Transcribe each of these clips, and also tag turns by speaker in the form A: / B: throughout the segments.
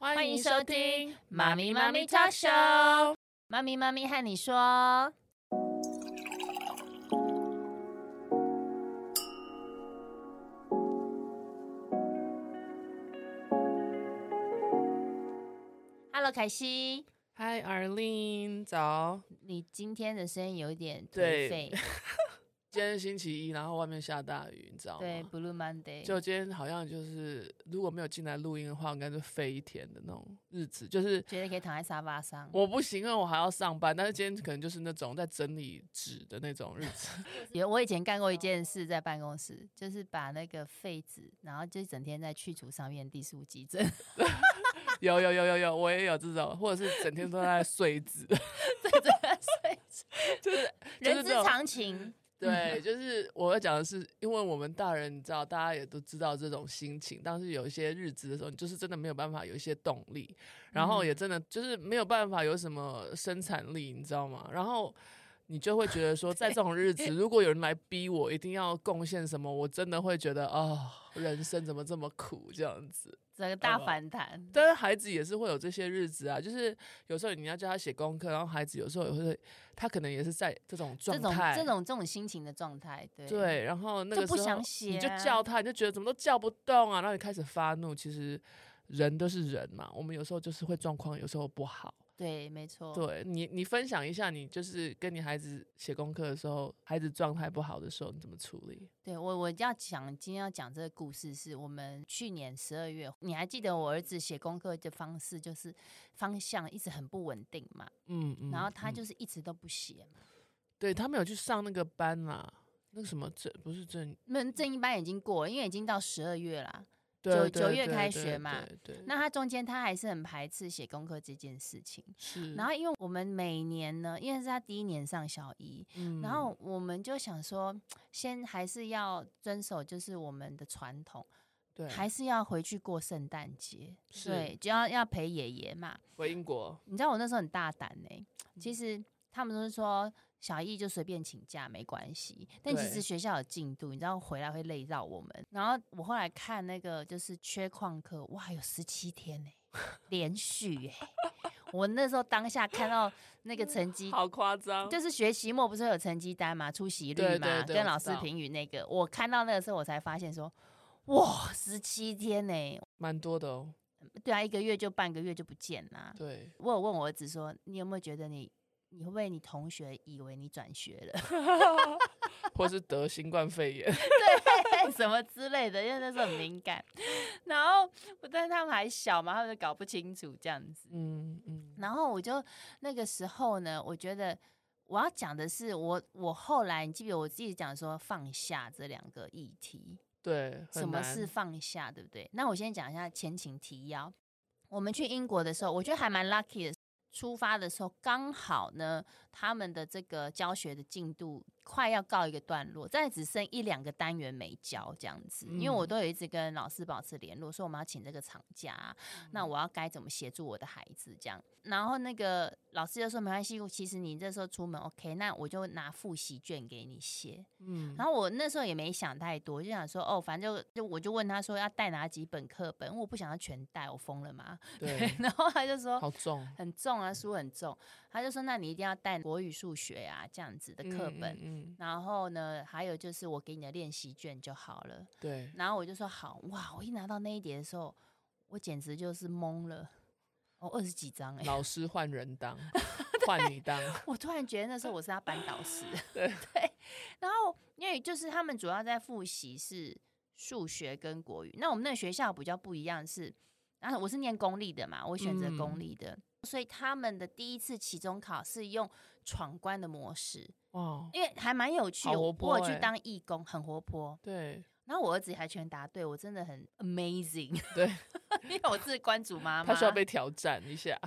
A: 欢迎收听《妈咪妈咪 Talk Show》，妈咪妈咪和你说，Hello，凯西，
B: 嗨，Arlene，早。
A: 你今天的声音有一点颓
B: 对
A: 废，
B: 今天星期一，然后外面下大雨，你知道
A: 对
B: 吗？
A: ，Blue Monday，
B: 哦就今天好像就是，如果没有进来录音的话，我应该是飞一天的那种日子。就是
A: 觉得可以躺在沙发上，
B: 我不行，因为我还要上班，但是今天可能就是那种在整理纸的那种日 子。
A: 有我以前干过一件
B: 哦
A: 事，在办公室就是把那个废纸，然后就整天在去除上面第数 急 诊，
B: 有有有有有，我也有这种，或者是整天都在碎纸，就是
A: 人之
B: 这种
A: 常情。
B: 对，就是我要讲的是，因为我们大人，你知道，大家也都知道这种心情。但是有一些日子的时候，你就是真的没有办法有一些动力，然后
A: 嗯
B: 也真的就是没有办法有什么生产力，你知道吗？然后你就会觉得说，在这种日子，如果有人来逼我一定要贡献什么，我真的会觉得哦，人生怎么这么苦这样子。
A: 整个
B: 嗯
A: 大反弹，
B: 但是孩子也是会有这些日子啊，就是有时候你要叫他写功课，然后孩子有时候也会，他可能也是在这种
A: 这
B: 状
A: 种
B: 态，
A: 这种这种心情的状态，对
B: 对，然后那个
A: 就
B: 时
A: 不
B: 候
A: 想写
B: 你就
A: 啊
B: 叫他，你就觉得怎么都叫不动啊，然后你开始发怒。其实人都是人嘛，我们有时候就是会状况，有时候不好。
A: 对没错，
B: 对你，你分享一下，你就是跟你孩子写功课的时候，孩子状态不好的时候，你怎么处理？
A: 对我我要讲今天要讲这个故事，是我们去年十二月，你还记得我儿子写功课的方式就是方向一直很不稳定嘛，
B: 嗯嗯
A: 然后他
B: 嗯
A: 就是一直都不写嘛。
B: 对他没有去上那个班啦，那个什么正不是正
A: 那正一班已经过了，因为已经到十二月啦。
B: 对
A: 九
B: 对
A: 九月
B: 对
A: 开
B: 对
A: 学嘛
B: 对对
A: 那他中间他还是很排斥写功课这件事情。
B: 是，
A: 然后因为我们每年呢，因为是他第一年上小一，
B: 嗯
A: 然后我们就想说，先还是要遵守就是我们的传统，
B: 对
A: 还是要回去过圣诞节，
B: 是
A: 对，就要要陪爷爷嘛。
B: 回英国，
A: 你知道我那时候很大胆呢、
B: 嗯
A: 其实他们都是说小易就随便请假没关系，但其
B: 对
A: 实学校有进度，你知道回来会累到我们。然后我后来看那个就是缺旷课，哇，有十七天呢、连续耶、 我那时候当下看到那个成绩
B: 好夸张，
A: 就是学期末不是会有成绩单嘛、出席率
B: 对
A: 嘛，
B: 对对
A: 跟
B: 我
A: 老
B: 知
A: 师
B: 道
A: 评语那个，我看到那个时候我才发现说，哇，十七天呢、
B: 蛮多的哦。
A: 对啊，一个月就半个月就不见啦。
B: 对，
A: 我有问我儿子说，你有没有觉得你，你会不会你同学以为你转学了，
B: 或是得新冠肺炎，
A: 什么之类的，因为那时候很敏感。 然后，但是他们还小嘛，他们就搞不清楚这样子。
B: 嗯嗯，
A: 然后我就那个时候呢，我觉得我要讲的是我我后来，你记不记得我自己讲说放下这两个议题，
B: 对，很
A: 什么
B: 难
A: 是放下，对不对？那我先讲一下前情提要。我们去英国的时候，我觉得还蛮 lucky 的。出发的时候刚好呢，他们的这个教学的进度快要告一个段落，再只剩一两个单元没教这样子。因为我
B: 嗯
A: 都有一直跟老师保持联络，说我们要请这个长假啊、那
B: 嗯
A: 我要该怎么协助我的孩子这样。然后那个老师就说没关系，其实你这时候出门 OK，那我就拿复习卷给你写。
B: 嗯
A: 然后我那时候也没想太多，就想说哦，反正就就我就问他说要带哪几本课本，我不想要全带，我疯了吗？
B: 对
A: ，然后他就说
B: 好重
A: 很重啊，书很重，他就说那你一定要带国语、数学啊这样子的课本。
B: 嗯，嗯嗯
A: 然后呢，还有就是我给你的练习卷就好了。
B: 对，
A: 然后我就说好哇！我一拿到那一叠的时候，我简直就是懵了。哦，二十几张哎、
B: 老师换人 当，换你当，
A: 我突然觉得那时候我是他班 导师， 对然后因为就是他们主要在复习是数学跟国语，那我们那个学校比较不一样是，然后我是念公立的嘛，我选择公
B: 嗯
A: 立的，所以他们的第一次期中考是用闯关的模式，
B: 哇，
A: 因为还蛮有趣
B: 好
A: 的。
B: 活
A: 我我有
B: 泼
A: 去
B: 欸
A: 当义工，很活泼。
B: 对
A: 然后我儿子还全答对，我真的很 amazing，
B: 对，
A: 因为我是关主妈妈，
B: 他需要被挑战一下，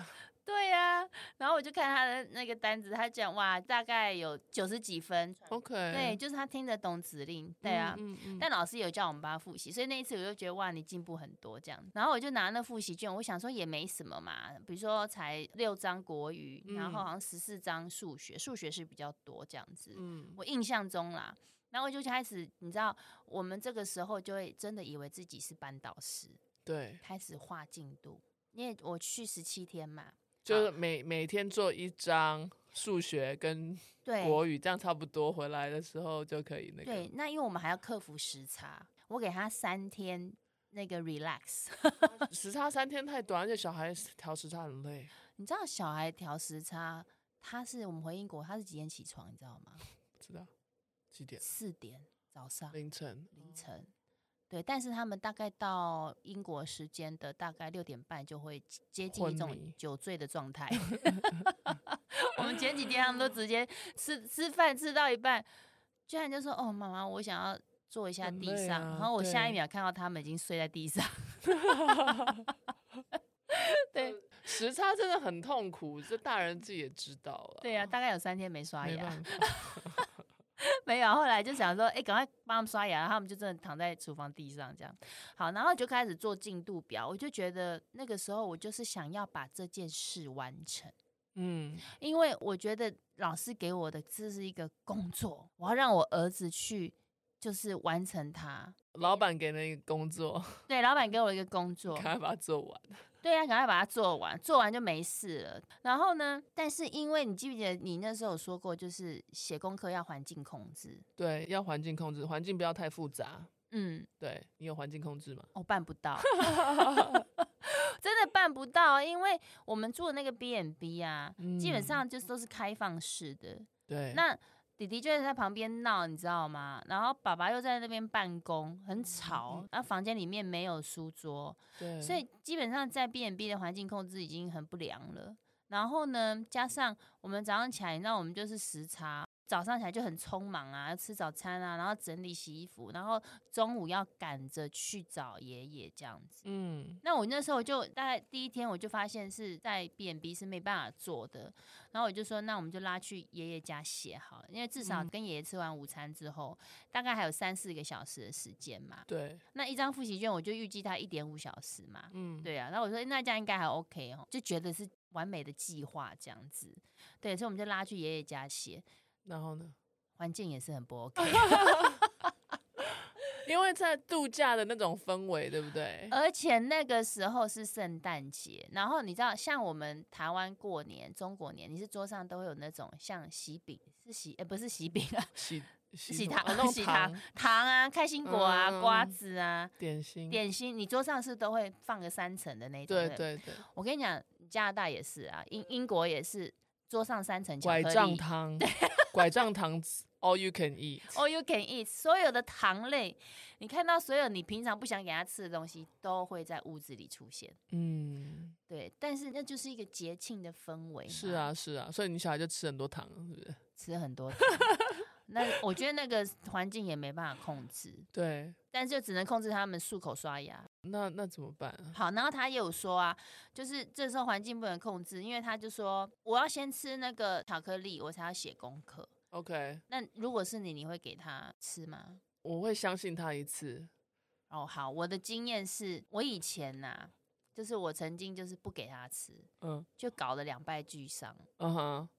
A: 对呀、然后我就看他的那个单子，他讲哇，大概有九十几分，
B: ，OK，
A: 对，，就是他听得懂指令，对啊。
B: 嗯嗯嗯
A: 但老师有叫我们帮他复习，所以那一次我就觉得哇，你进步很多这样。然后我就拿那复习卷，我想说也没什么嘛，比如说才六张国语，然后
B: 嗯
A: 好像十四张数学，数学是比较多这样子。
B: 嗯，
A: 我印象中啦，然后我就开始，你知道，我们这个时候就会真的以为自己是班导师，
B: 对，
A: 开始画进度，因为我去十七天嘛，
B: 就是每每天做一张数学跟
A: 对
B: 国语，这样差不多，回来的时候就可以那个
A: 对，。那因为我们还要克服时差，我给他三天那个 relax。
B: 时差三天太短，而且小孩调时差很累，
A: 你知道小孩调时差，他是我们回英国，他是几点起床，你知道 吗？
B: 知道几点？
A: 四点早上
B: 凌晨。
A: 啊凌晨。对，但是他们大概到英国时间的大概六点半就会接近一
B: 昏
A: 种
B: 迷
A: 酒醉的 状态。 我们前几天他们都直接吃吃饭吃到一半，居然就说：“哦，妈妈，我想要坐一下
B: 很
A: 地
B: 累
A: 上。
B: 啊
A: 然后我下一
B: 对
A: 秒看到他们已经睡在地 上。对
B: 时差真的很痛苦，这大人自己也知道了。
A: 对 啊哎呀、大概有三天没刷
B: 没
A: 牙，
B: 办法。
A: 没有，后来就想说，哎、赶快帮他们刷牙，然后他们就真的躺在厨房地上这样。好，然后就开始做进度表，我就觉得那个时候我就是想要把这件事完成，
B: 嗯，
A: 因为我觉得老师给我的这是一个工作，我要让我儿子去就是完成它。
B: 老板给了一个工作，
A: 对，老板给我一个工作，
B: 赶快把它做完。
A: 对呀、赶快把它做完，做完就没事了。然后呢，但是因为你记不记得你那时候有说过，就是写功课要环境控制，
B: 对，要环境控制，环境不要太复杂。
A: 嗯，
B: 对你有环境控制吗？
A: 我哦办不到， 真的办不到，因为我们住的那个 B n B 啊，基本
B: 嗯
A: 上就是都是开放式的。
B: 对，
A: 那弟弟就在旁边闹，你知道吗？然后爸爸又在那边办公，
B: 嗯
A: 很吵。那、房间里面没有书桌，
B: 对，
A: 所以基本上在 B n B 的环境控制已经很不良了。然后呢，加上我们早上起来，那我们就是时差，早上起来就很匆忙啊，要吃早餐啊，然后整理洗衣服，然后中午要赶着去找爷爷这样子。
B: 嗯，
A: 那我那时候就大概第一天我就发现是在 B B 是没办法做的，然后我就说那我们就拉去爷爷家写好了，因为至少
B: 嗯
A: 跟爷爷吃完午餐之后，大概还有三四个小时的时间嘛。
B: 对，
A: 那一张复习卷我就预计它一点五小时嘛，
B: 嗯，
A: 对啊，那我说那这样应该还 OK 哦，就觉得是完美的计划这样子。对，所以我们就拉去爷爷家写，
B: 然后呢？
A: 环境也是很不 OK，
B: 因为在度假的那种氛围，对不对？
A: 而且那个时候是圣诞节，然后你知道，像我们台湾过年、中国年，你是桌上都会有那种像喜饼，是喜呃不是喜饼啊，
B: 喜
A: 喜
B: 喜
A: 糖、
B: 哦那种
A: 喜糖、糖啊、开心果啊、
B: 嗯
A: 瓜
B: 嗯嗯
A: 子啊、
B: 点心，
A: 点心，你桌上是都会放个三层的那种。
B: 对
A: 不
B: 对对，
A: 我跟你讲，加拿大也是啊，英英国也是，桌上三层巧克
B: 拐
A: 力。
B: 杖糖，拐杖糖，all you can eat。
A: All you can eat，所有的糖类，你看到所有你平常不想给他吃的东西，都会在屋子里出现。
B: 嗯，
A: 对，但是那就是一个节庆的氛围。
B: 是，啊是啊，所以你小孩就吃很多糖，是不是？
A: 吃很多糖。 那我觉得那个环境也没办法控制，
B: 对，
A: 但是就只能控制他们漱口刷牙。
B: 那那怎么办啊？
A: 好，然后他也有说啊，就是这时候环境不能控制，因为他就说我要先吃那个巧克力，我才要写功课。
B: ？OK，
A: 那如果是你，你会给他吃吗？
B: 我会相信他一次。
A: 哦，好，我的经验是我以前呐、就是我曾经就是不给他吃，
B: 嗯
A: 就搞得两败俱伤，
B: 嗯哼，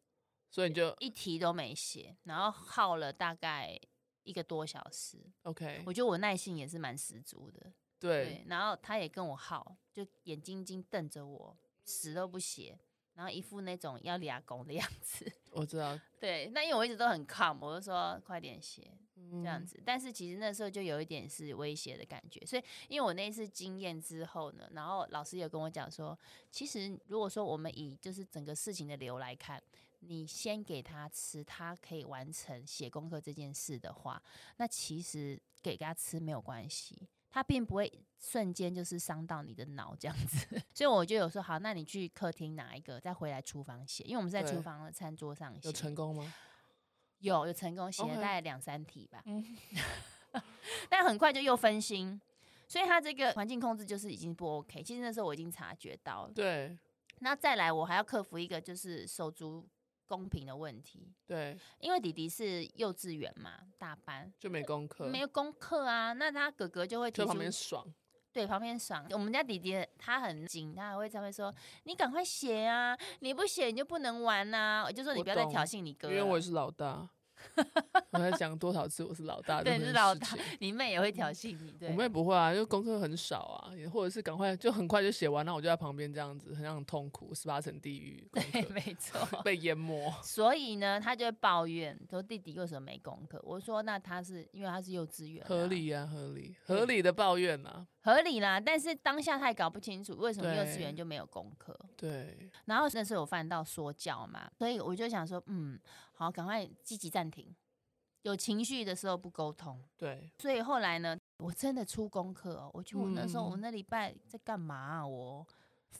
B: 所以你就
A: 一题都没写，然后耗了大概一个多小时。
B: OK，
A: 我觉得我耐性也是蛮十足的，
B: 对
A: 对。然后他也跟我耗，就眼睛睛瞪着我，死都不写，然后一副那种要俩拱的样子。
B: 我知道，
A: 对，那因为我一直都很 calm，我就说快点写，
B: 这
A: 这样。子。但是其实那时候就有一点是威胁的感觉，所以因为我那一次经验之后呢，然后老师也跟我讲说，其实如果说我们以就是整个事情的流来看。你先给他吃，他可以完成写功课这件事的话，那其实给他吃没有关系，他并不会瞬间就是伤到你的脑这样子。 所以我就有说好，那你去客厅拿一个，再回来厨房写，因为我们是在
B: 对
A: 厨房的餐桌上写。
B: 有成功吗？
A: 有有成功写了
B: OK
A: 大概两三题吧，
B: 嗯
A: 但很快就又分心，所以他这个环境控制就是已经不 OK。其实那时候我已经察觉到了，
B: 对
A: 那再来我还要克服一个就是手足公平的问题，
B: 对，
A: 因为弟弟是幼稚园嘛，大班。
B: 就没功课，
A: 没有功课啊，那他哥哥就会提
B: 就
A: 出
B: 旁边爽。
A: 对旁边爽。我们家弟弟他很紧，他还会常会说：“你赶快写啊，你不写你就不能玩呐、我就说：“你
B: 我
A: 不要再
B: 懂
A: 挑衅你哥
B: 因
A: 了。”
B: 为我也是老大，我在讲多少次我是老大
A: 对
B: 这
A: 你是
B: 件
A: 老
B: 事
A: 大
B: 情。
A: 你妹也会挑衅你，对
B: 我们也不会啊，因为功课很少啊，也或者是赶快就很快就写完，那我就在旁边这样子，很很痛苦，十八层地狱，功
A: 对，
B: 课
A: 没错。
B: 被淹没。
A: 所以呢，他就会抱怨说弟弟为什么没功课。我说那他是因为他是幼稚园啊、
B: 合理啊，合理，
A: 对
B: 合理的抱怨啊，
A: 合理啦，但是当下他也搞不清楚为什么
B: 对
A: 幼稚园就没有功课。
B: 对，
A: 然后那时候有犯到说教嘛，所以我就想说，嗯，好，赶快积极暂停。有情绪的时候不沟通，
B: 对，
A: 所以后来呢，我真的出功课哦。我就我那时候、
B: 嗯
A: 我那礼拜在干嘛、啊？我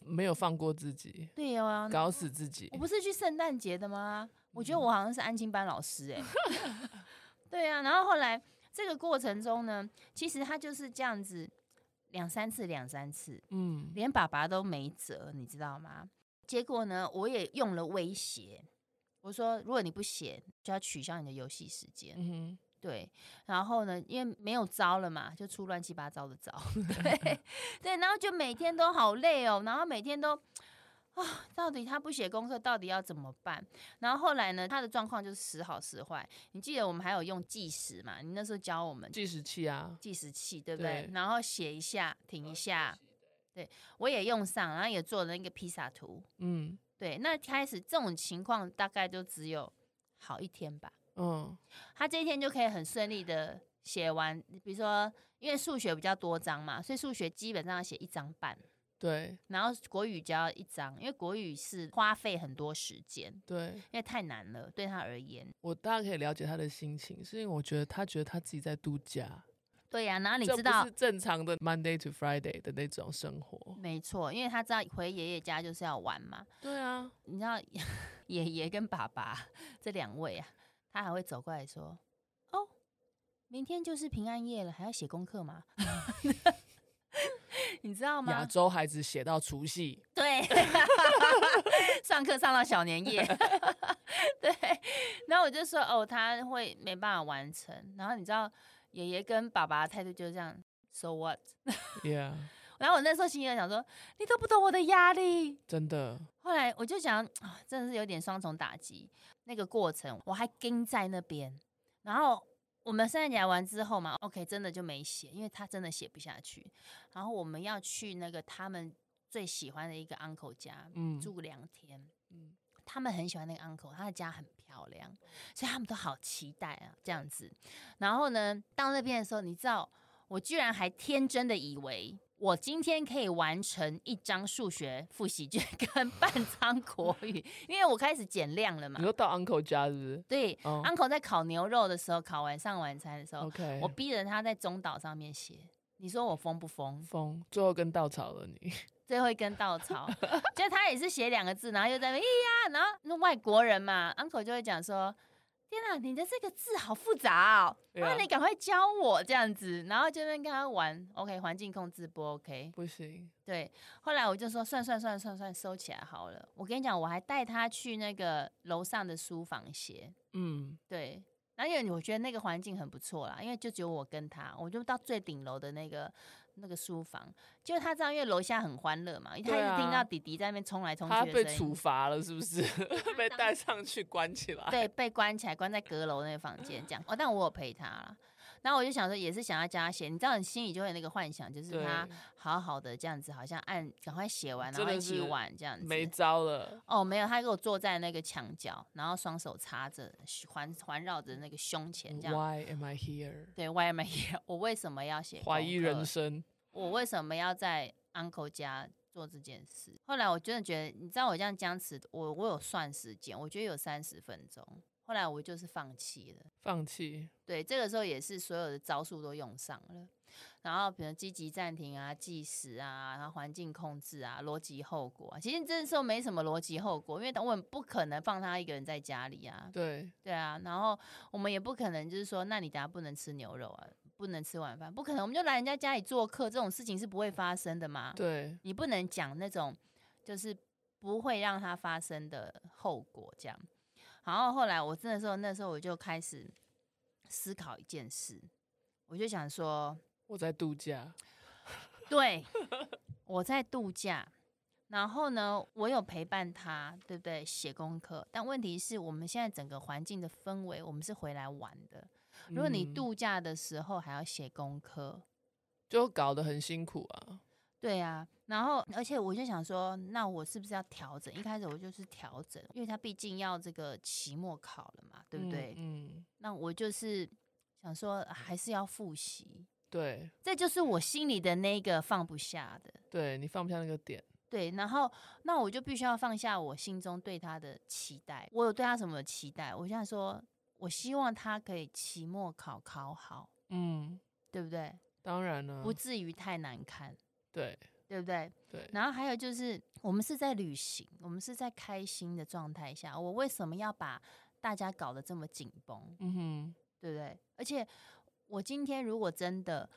B: 没有放过自己，
A: 对啊，
B: 搞死自己
A: 我。不是去圣诞节的吗？我觉得我好像是安亲班老师哎、 对啊，然后后来这个过程中呢，其实他就是这样子两三次，两三次，
B: 嗯，
A: 连爸爸都没辙，你知道吗？结果呢，我也用了威胁，我说如果你不写，就要取消你的游戏时间。
B: 嗯
A: 对，然后呢，因为没有招了嘛，就出乱七八糟的招。 对对，然后就每天都好累哦，然后每天都。啊、到底他不写功课，到底要怎么办？然后后来呢，他的状况就是时好时坏。你记得我们还有用计时嘛？你那时候教我们
B: 哼，计时器啊，
A: 计时器，对不对？
B: 对
A: 然后写一下，停一下。对，我也用上，然后也做了那个披萨图。
B: 嗯
A: 对，那开始这种情况大概就只有好一天吧。
B: 嗯，
A: 他这一天就可以很顺利的写完，比如说因为数学比较多章嘛，所以数学基本上要写一章半，
B: 对
A: 然后国语只要一章，因为国语是花费很多时间，
B: 对，
A: 因为太难了对他而言。
B: 我大家可以了解他的心情，是因为我觉得他觉得他自己在度假，
A: 对呀、然后你
B: 这
A: 知
B: 不
A: 道
B: 是，正常的 Monday to Friday 的那种生活。
A: 没错，因为他知道回爷爷家就是要玩嘛，
B: 对啊，
A: 你知道 爷爷跟爸爸 这两位啊，他还会走过来说：“哦，明天就是平安夜了，还要写功课吗？” 你知道吗？
B: 亚洲孩子写到除夕，
A: 对，上课上到小年夜， 对。然后我就说，哦，他会没办法完成。然后你知道，爷爷跟爸爸的态度就是这样，so what？
B: yeah，
A: 然后我那时候心里想说，你都不懂我的压力。
B: 真的，
A: 后来我就想，啊，真的是有点双重打击。那个过程我还跟在那边，然后我们圣诞节完之后嘛，OK，真的就没写，因为他真的写不下去。然后我们要去那个他们最喜欢的一个 uncle 家，
B: 嗯
A: 住两天。
B: 嗯
A: 他们很喜欢那个 uncle，他的家很漂亮，所以他们都好期待啊，这样子。然后呢，到那边的时候，你知道，我居然还天真的以为我今天可以完成一张数学复习卷跟半张国语， 因为我开始减量了嘛
B: 你。说到 Uncle 家是不是？
A: 对、
B: 哦
A: u n c l e 在烤牛肉的时候，烤完上晚餐的时候
B: ，OK，
A: 我逼着他在中岛上面写。你说我疯不疯？
B: 疯，最后跟稻草了你。
A: 最后一根稻草，就他也是写两个字，然后又在那边咿呀，然后那外国人嘛，uncle 就会讲说：“天哪、你的这个字好复杂哦，
B: 对啊
A: 那你赶快教我这样子。”然后就在那边跟他玩，OK，环境控制不 OK？
B: 不行，
A: 对，后来我就说算算算算算，收起来好了。我跟你讲，我还带他去那个楼上的书房写，
B: 嗯，
A: 对。然后因为我觉得那个环境很不错啦，因为就只有我跟他，我就到最顶楼的那个那个书房。就他知道，因为楼下很欢乐嘛，因为他
B: 对
A: 一直听
B: 啊
A: 到弟弟在那边冲来冲去
B: 他
A: 的
B: 被
A: 声音
B: 处罚了是不是？ 被
A: 当
B: 带上去关起来。
A: 对，被关起来，关在阁楼那个房间这样。哦，但我有陪他啦。然后我就想说，也是想要叫他写，你知道，你心里就会有那个幻想，就是
B: 对，
A: 他好好的这样子，好像按赶快写完，然
B: 真
A: 后
B: 的
A: 一起
B: 是
A: 玩这样子。
B: 没招了。
A: 哦，没有，他给我坐在那个墙角，然后双手插着，环环绕着那个胸前这样。
B: Why am I here？
A: 对外面也，我为什么要写？
B: 怀疑人，生，
A: 我为什么要在 uncle 家做这件事？后来我真的觉得，你知道我这样僵持，我我有算时间，我觉得有三十分钟。后来我就是放弃了。
B: 放弃。
A: 对，这个时候也是所有的招数都用上了，然后比如积极暂停啊、计时啊，然后环境控制啊、逻辑后果、啊，其实这时候没什么逻辑后果，因为我们不可能放他一个人在家里啊，
B: 对，
A: 对啊，然后我们也不可能就是说，那你等下不能吃牛肉啊，不能吃晚饭，不可能，我们就来人家家里做客，这种事情是不会发生的嘛，
B: 对，
A: 你不能讲那种就是不会让它发生的后果这样。然后后来我真的时候，那时候我就开始思考一件事，我就想说，
B: 我在度假。
A: 对我在度假，然后呢，我有陪伴他，对不对？写功课，但问题是我们现在整个环境的氛围，我们是回来玩的。如果你
B: 嗯
A: 度假的时候还要写功课，
B: 就搞得很辛苦啊。
A: 对啊，然后而且我就想说，那我是不是要调整？一开始我就是调整，因为他毕竟要这个期末考了嘛，对不
B: 嗯
A: 对？
B: 嗯，
A: 那我就是想说，啊还是要复习，
B: 对
A: 这就是我心里的那个放不下的。
B: 对，你放不下那个点，
A: 对，然后那我就必须要放下我心中对他的期待。我有对他什么期待？我想说，我希望他可以期末考考好，
B: 嗯，
A: 对不对？
B: 当然了，
A: 不至于太难看，
B: 对
A: 对不对？
B: 对，
A: 然后还有就是，我们是在旅行，我们是在开心的状态下，我为什么要把大家搞得这么紧绷，
B: 嗯哼，
A: 对不对？而且我今天如果真的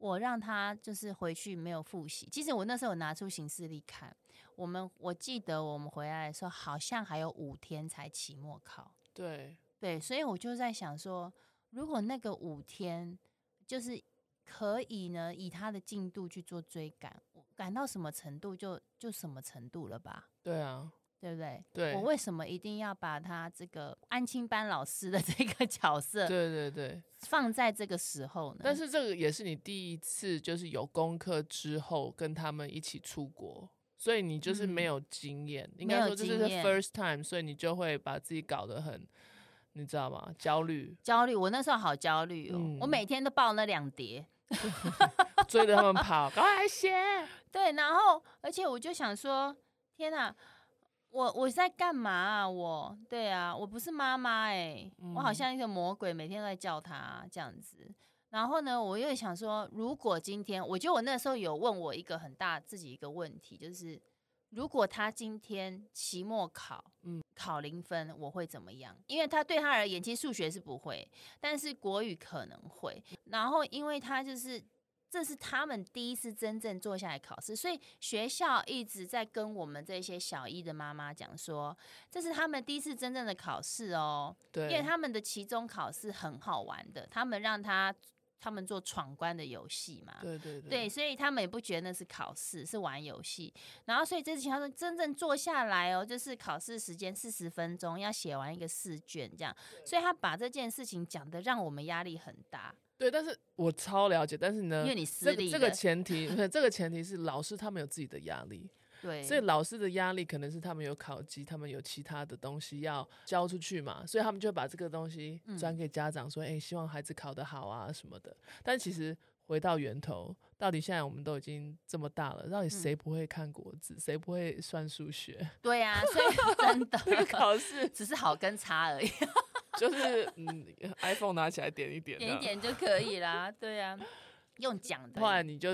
A: 我让他就是回去没有复习，其实我那时候有拿出行事历看，我们我记得我们回来的时候好像还有五天才期末考，
B: 对
A: 对，所以我就在想说，如果那个五天就是可以呢，以他的进度去做追赶，我赶到什么程度就就什么程度了吧，
B: 对啊，
A: 对不对？
B: 对
A: 我，为什么一定要把他这个安亲班老师的 这个角色
B: 对对对。
A: 放在这个时候呢？
B: 但是这个也是你第一次，就是有功课之后跟他们一起出国，所以你就是没
A: 嗯
B: 有经验，应
A: 没
B: 该
A: 有
B: 说这是
A: 经
B: the
A: 验，
B: first time，所以你就会把自己搞得很，你知道吗？焦虑
A: 焦虑，我那时候好焦虑哦，我
B: 嗯
A: 每天都抱那两叠。
B: 追着他们跑，赶快 写。
A: 对，然后而且我就想说，天哪、我我在干嘛啊？我对啊，我不是妈妈哎，我好
B: 嗯
A: 像一个魔鬼，每天都在叫他、这样子。然后呢，我又想说，如果今天，我觉得我那时候有问我一个很大自己一个问题，就是如果他今天期末考，嗯
B: 嗯，
A: 考零分，我会怎么样？因为他对他而言，其实数学是不会，但是国语可能会。然后，因为他就是这是他们第一次真正坐下来考试，所以学校一直在跟我们这些小一的妈妈讲说，这是他们第一次真正的考试哦，因
B: 对，
A: 为他们的期中考试很好玩的，他们让他他们做闯关的游戏嘛。
B: 对对对
A: 对，所以他们也不觉得那是考试，是玩游戏。然后，所以这次他说真正坐下来哦，就是考试时间四十分钟，要写完一个试卷这样。所以他把这件事情讲的让我们压力很大，
B: 对，但是我超了解，但是呢
A: 因为，你私
B: 呃这
A: 立
B: 个
A: 的、
B: 这个前提，不是这个前提是老师他们有自己的压力，
A: 对，
B: 所以老师的压力可能是他们有考级，他们有其他的东西要交出去嘛，所以他们就会把这个东西
A: 嗯
B: 转给家长说，哎、希望孩子考得好啊什么的。但其实回到源头，到底现在我们都已经这么大了，
A: 嗯
B: 到底谁不会看国字，谁不会算数学？
A: 对啊，所以真
B: 这个
A: 的
B: 考试
A: 只是好跟差而已，
B: 就是嗯，iPhone 拿起来点一点，
A: 点一。点就可以啦。对啊，用讲
B: 后
A: 的。
B: 来你就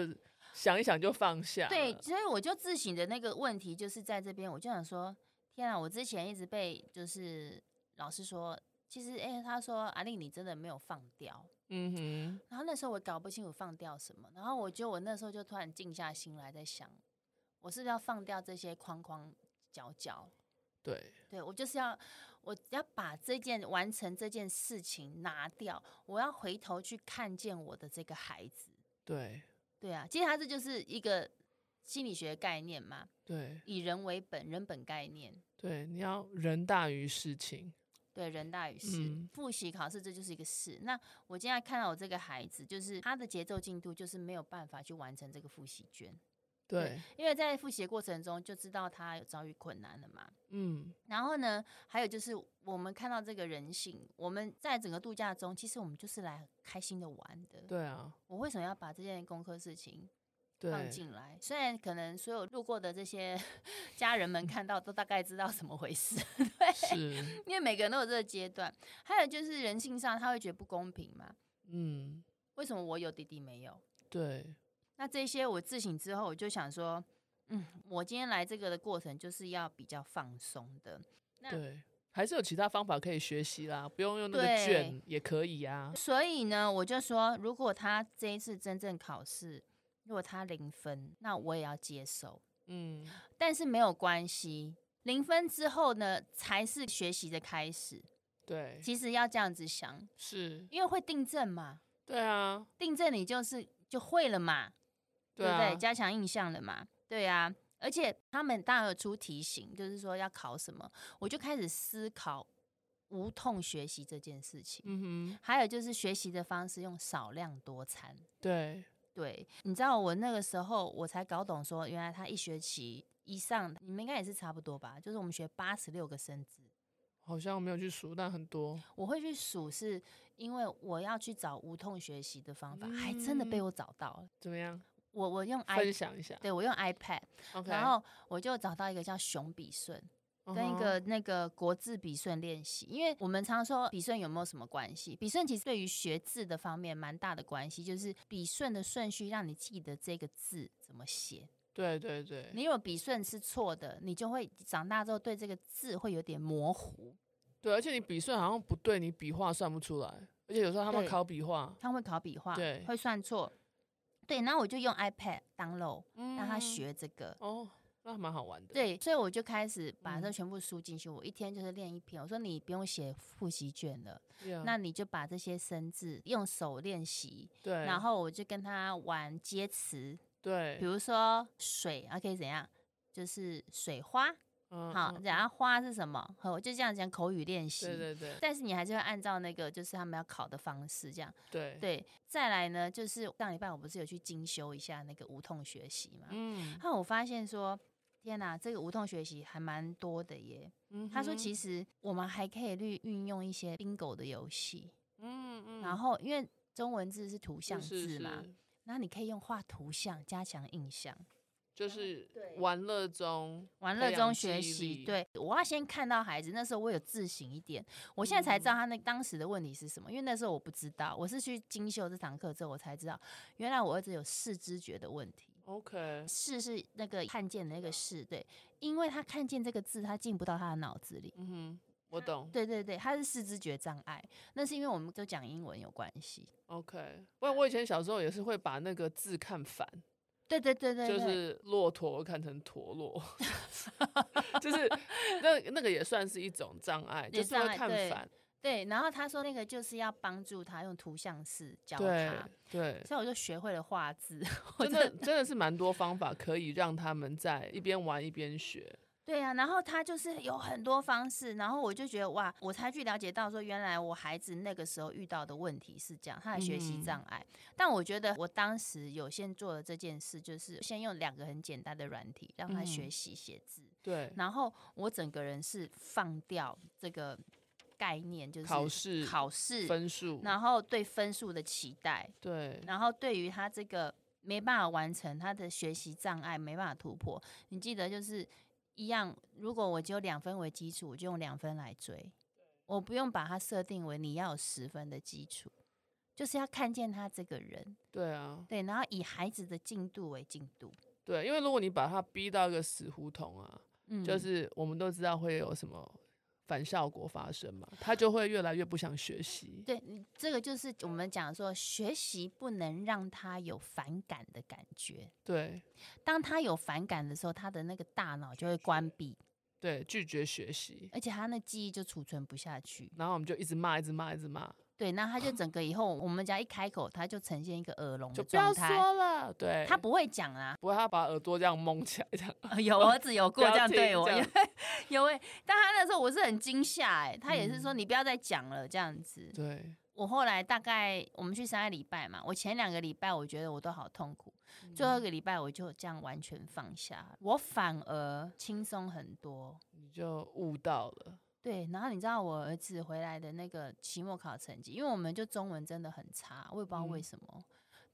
B: 想一想就放下了。
A: 对，所以我就自省的那个问题就是在这边，我就想说，天啊，我之前一直被就是老师说，其实哎、他说阿丽你真的没有放掉。
B: 嗯哼，
A: 然后那时候我搞不清楚放掉什么，然后我觉得我那时候就突然静下心来在想，我是不是要放掉这些框框角角？
B: 对，
A: 对我就是要，我要把这件完成这件事情拿掉，我要回头去看见我的这个孩子。
B: 对，
A: 对啊，其实它这就是一个心理学概念嘛，
B: 对，
A: 以人为本，人本概念。
B: 对，你要人大于事情。
A: 对，人大于事。
B: 嗯
A: 复习考试这就是一个事。那我现在看到我这个孩子，就是他的节奏进度就是没有办法去完成这个复习卷，
B: 对，
A: 因为在复习的过程中就知道他有遭遇困难了嘛。
B: 嗯，
A: 然后呢，还有就是我们看到这个人性，我们在整个度假中，其实我们就是来开心的玩的。
B: 对啊，
A: 我为什么要把这件功课事情放
B: 对，
A: 进来？虽然可能所有路过的这些 家人们看到都大概知道怎么回事， 对，
B: 是，
A: 因为每个人都有这个阶段。还有就是人性上，他会觉得不公平嘛？
B: 嗯，
A: 为什么我有弟弟没有？
B: 对，
A: 那这些我自省之后，我就想说，嗯，我今天来这个的过程就是要比较放松的，那
B: 对，还是有其他方法可以学习啦，不用用那个
A: 对
B: 卷也可以啊。
A: 所以呢，我就说，如果他这一次真正考试，如果他零分，那我也要接受，
B: 嗯，
A: 但是没有关系。零分之后呢，才是学习的开始。
B: 对，
A: 其实要这样子想，
B: 是，
A: 因为会订正嘛，
B: 对啊，
A: 订正你就是就会了嘛，
B: 对
A: 不
B: 啊
A: 对？，加强印象了嘛，对啊。而且他们当然有出题型，就是说要考什么，我就开始思考无痛学习这件事情。
B: 嗯哼，
A: 还有就是学习的方式用少量多餐。
B: 对，
A: 对，你知道我那个时候我才搞懂说，原来他一学期以上，你们应该也是差不多吧？就是我们学八十六个生字，
B: 好像我没有去数，但很多。
A: 我会去数，是因为我要去找无痛学习的方法，还真的被
B: 嗯
A: 我找到了。
B: 怎么样？
A: 我我用 i
B: 分享一下。
A: 哎对我用 iPad，
B: OK，
A: 然后我就找到一个叫熊笔顺，跟一
B: 嗯
A: 个
B: 哼
A: 那个国字笔顺练习，因为我们常说笔顺有没有什么关系？笔顺其实对于学字的方面蛮大的关系，就是笔顺的顺序让你记得这个字怎么写。
B: 对对对，
A: 你如果笔顺是错的，你就会长大之后对这个字会有点模糊。
B: 对，而且你笔顺好像不对，你笔画算不出来，而且有时候他们
A: 对
B: 考笔画，
A: 他会考笔画
B: 对，
A: 会算错。对，然后我就用 iPad download
B: 嗯
A: 让他学这个。
B: 哦，那还蛮好玩的。，
A: 对，所以我就开始把这
B: 嗯
A: 全部输进去。我一天就是练一篇。我说你不用写复习卷了，那
B: 那
A: 你就把这些生字用手练习，
B: 对，
A: 然后我就跟他玩接词，比
B: 对，
A: 如说水啊，可以怎样？就是水花，
B: 嗯
A: 好，
B: 嗯
A: 然后花是什么？好，我就这样讲口语练习。
B: 对对对
A: 但是你还是会按照那个就是他们要考的方式这样。
B: 对，
A: 对，再来呢，就是上礼拜我不是有去精修一下那个无痛学习嘛？
B: 嗯，
A: 那我发现说，天哪，这个无痛学习还蛮多的耶。
B: 嗯
A: 他说，其
B: 实，
A: 实我们还可以去运用一些 bingo 的游戏，
B: 嗯嗯，
A: 然后因为中文字是图
B: 是
A: 像
B: 是
A: 字嘛，
B: 是
A: 那你可以用画图像加强印象，
B: 就是
A: 嗯对
B: 玩乐中，
A: 玩
B: 培
A: 乐
B: 养
A: 中学
B: 记忆
A: 习。
B: 力
A: 对，我要先看到孩子，那时候我有自省一点，我现在才知
B: 嗯
A: 道他那当时的问题是什么，因为那时候我不知道，我是去精修这堂课之后，我才知道原来我儿子有视知觉的问题。
B: OK，
A: 视是那个看见的那个视，对，因为他看见这个字，他进不到他的脑子里。
B: 嗯哼，我懂
A: 对对对，他是视知觉障碍，那是因为我们都讲英文有关系。
B: ，OK。不然我以前小时候也是会把那个字看反，
A: 对对对对对，
B: 就是骆驼看成陀螺， 就是那那个也算是一种障碍，
A: 也
B: 就是会
A: 障碍
B: 看
A: 对
B: 反，
A: 对。然后他说那个就是要帮助他用图像式教
B: 对
A: 他，
B: 对。
A: 所以我就学会了画字。我
B: 真的真的是蛮多方法可以让他们在一边玩一边学。
A: 对啊，然后他就是有很多方式，然后我就觉得哇，我才去了解到说，原来我孩子那个时候遇到的问题是这样，他的学习
B: 嗯
A: 障碍。但我觉得我当时有先做了这件事，就是先用两个很简单的软体让他学
B: 嗯
A: 习写字，
B: 对，
A: 然后我整个人是放掉这个概念，就是
B: 考试
A: 考试，
B: 分数，
A: 然后对分数的期待，
B: 对
A: 然后对于他这个没办法完成他的学习障碍，没办法突破，你记得就是一样。如果我只有两分为基础，我就用两分来追，我不用把它设定为你要有十分的基础，就是要看见他这个人，
B: 对啊，
A: 对，然后以孩子的进度为进度，
B: 对，因为如果你把他逼到一个死胡同啊，
A: 嗯，
B: 就是我们都知道会有什么反效果发生嘛，他就会越来越不想学习。
A: 对，你这个就是我们讲说，学习不能让他有反感的感觉。
B: 对
A: 当他有反感的时候，他的那个大脑就会关闭，
B: 对，拒绝学习，
A: 而且他那记忆就储存不下去。
B: 然后我们就一直骂，一直骂，一直骂，
A: 对，那 他就整个以后，我们只要一开口，他就呈现一个耳聋
B: 就
A: 的
B: 不要
A: 状态。
B: 说了。对，
A: 他不会讲啦、
B: 不会，他把耳朵这样蒙起来，这样
A: 有我儿子有
B: 不
A: 过
B: 要
A: 这样对
B: 听
A: 我，
B: 这
A: 有
B: 样
A: 有哎、但他那时候我是很惊吓哎，他也是说你不要再讲了这样子。
B: 对，
A: 我后来大概我们去三个礼拜嘛，我前两个礼拜我觉得我都好痛苦，最后一个礼拜我就这样完全放下，我反而轻松很多。
B: 你就悟到了。
A: 对，然后你知道我儿子回来的那个期末考成绩，因为我们就中文真的很差，我也不知道为
B: 嗯
A: 什么。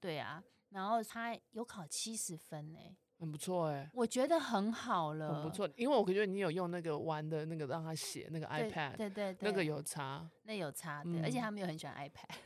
A: 对啊，然后他有考七十分呢、
B: 很不错哎、
A: 我觉得很好了，
B: 很不错，因为我觉得你有用那个玩的那个让他写那个
A: 对。
B: iPad，
A: 对对对，
B: 那个有差，
A: 那有差对，而且
B: 嗯
A: 他们又很喜欢 iPad。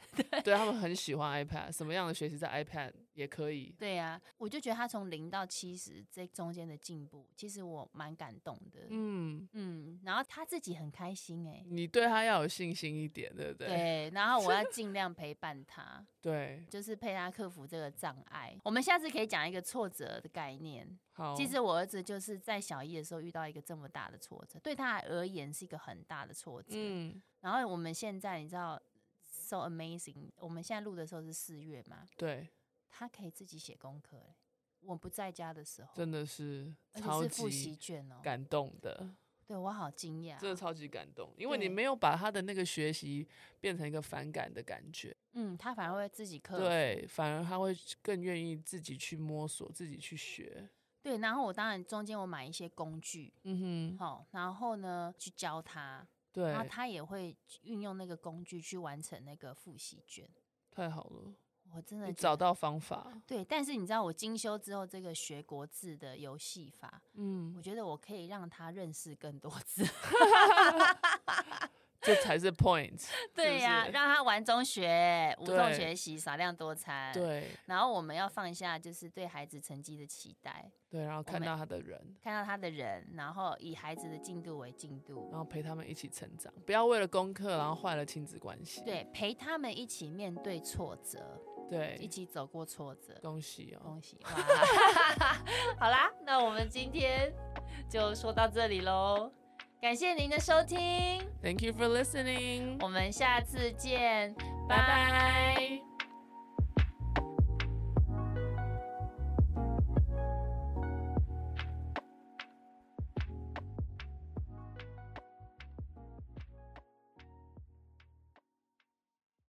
B: 对他们很喜欢 iPad，什么样的学习在 iPad 也可以。
A: 对啊，我就觉得他从零到七十这中间的进步，其实我蛮感动的。嗯
B: 嗯，
A: 然后他自己很开心哎、
B: 你对他要有信心一点，对不对？
A: 对，然后 我要尽量陪伴他，
B: 对，
A: 就是陪他克服这个障碍。我们下次可以讲一个挫折的概念，
B: 好，
A: 其实我儿子就是在小一的时候遇到一个这么大的挫折，对他而言是一个很大的挫折。
B: 嗯，
A: 然后我们现在你知道，so amazing，我们现在录的时候是四月嘛，
B: 对，
A: 他可以自己写功课、欸，我不在家的时候，
B: 真的是
A: 而
B: 超
A: 且是复习
B: 级
A: 卷哦，
B: 感动的，
A: 对我好惊讶
B: 真的
A: 哦，
B: 超级感动，因为你
A: 对
B: 没有把他的那个学习变成一个反感的感觉，
A: 嗯，他反而会自己克服，
B: 对，反而他会更愿意自己去摸索，自己去学。
A: 对，然后我当然中间我买一些工具，
B: 嗯哼，
A: 好、然后呢去教他，
B: 对
A: 然，后他也会运用那个工具去完成那个复习卷。
B: 太好了，
A: 我真的
B: 你
A: 觉
B: 找
A: 得
B: 到方法，
A: 对，但是你知道我精修之后，这个学国字的游戏法，
B: 嗯
A: 我，觉得我可以让他认识更多字。
B: 这才是 point 。
A: 对呀、
B: 是
A: 让他玩中学、无痛
B: 对
A: 学习、少量多餐。。
B: 对
A: 然后我们要放下就是对孩子成绩的期待，
B: 对，然后看
A: 们
B: 到他的人，
A: 看到他的人，然后以孩子的进度为进度
B: 然，后陪他们一起成长，不要为了功课然后坏了亲子关系。
A: 对，陪他们一起面对挫折，一
B: 对，
A: 起走过挫折。
B: 恭喜哦，
A: 恭喜！哇， 好啦，那我们今天就说到这里喽，感谢您的收听，
B: Thank you for listening.
A: 嗯哦我们下次见，拜
B: 拜
A: 拜。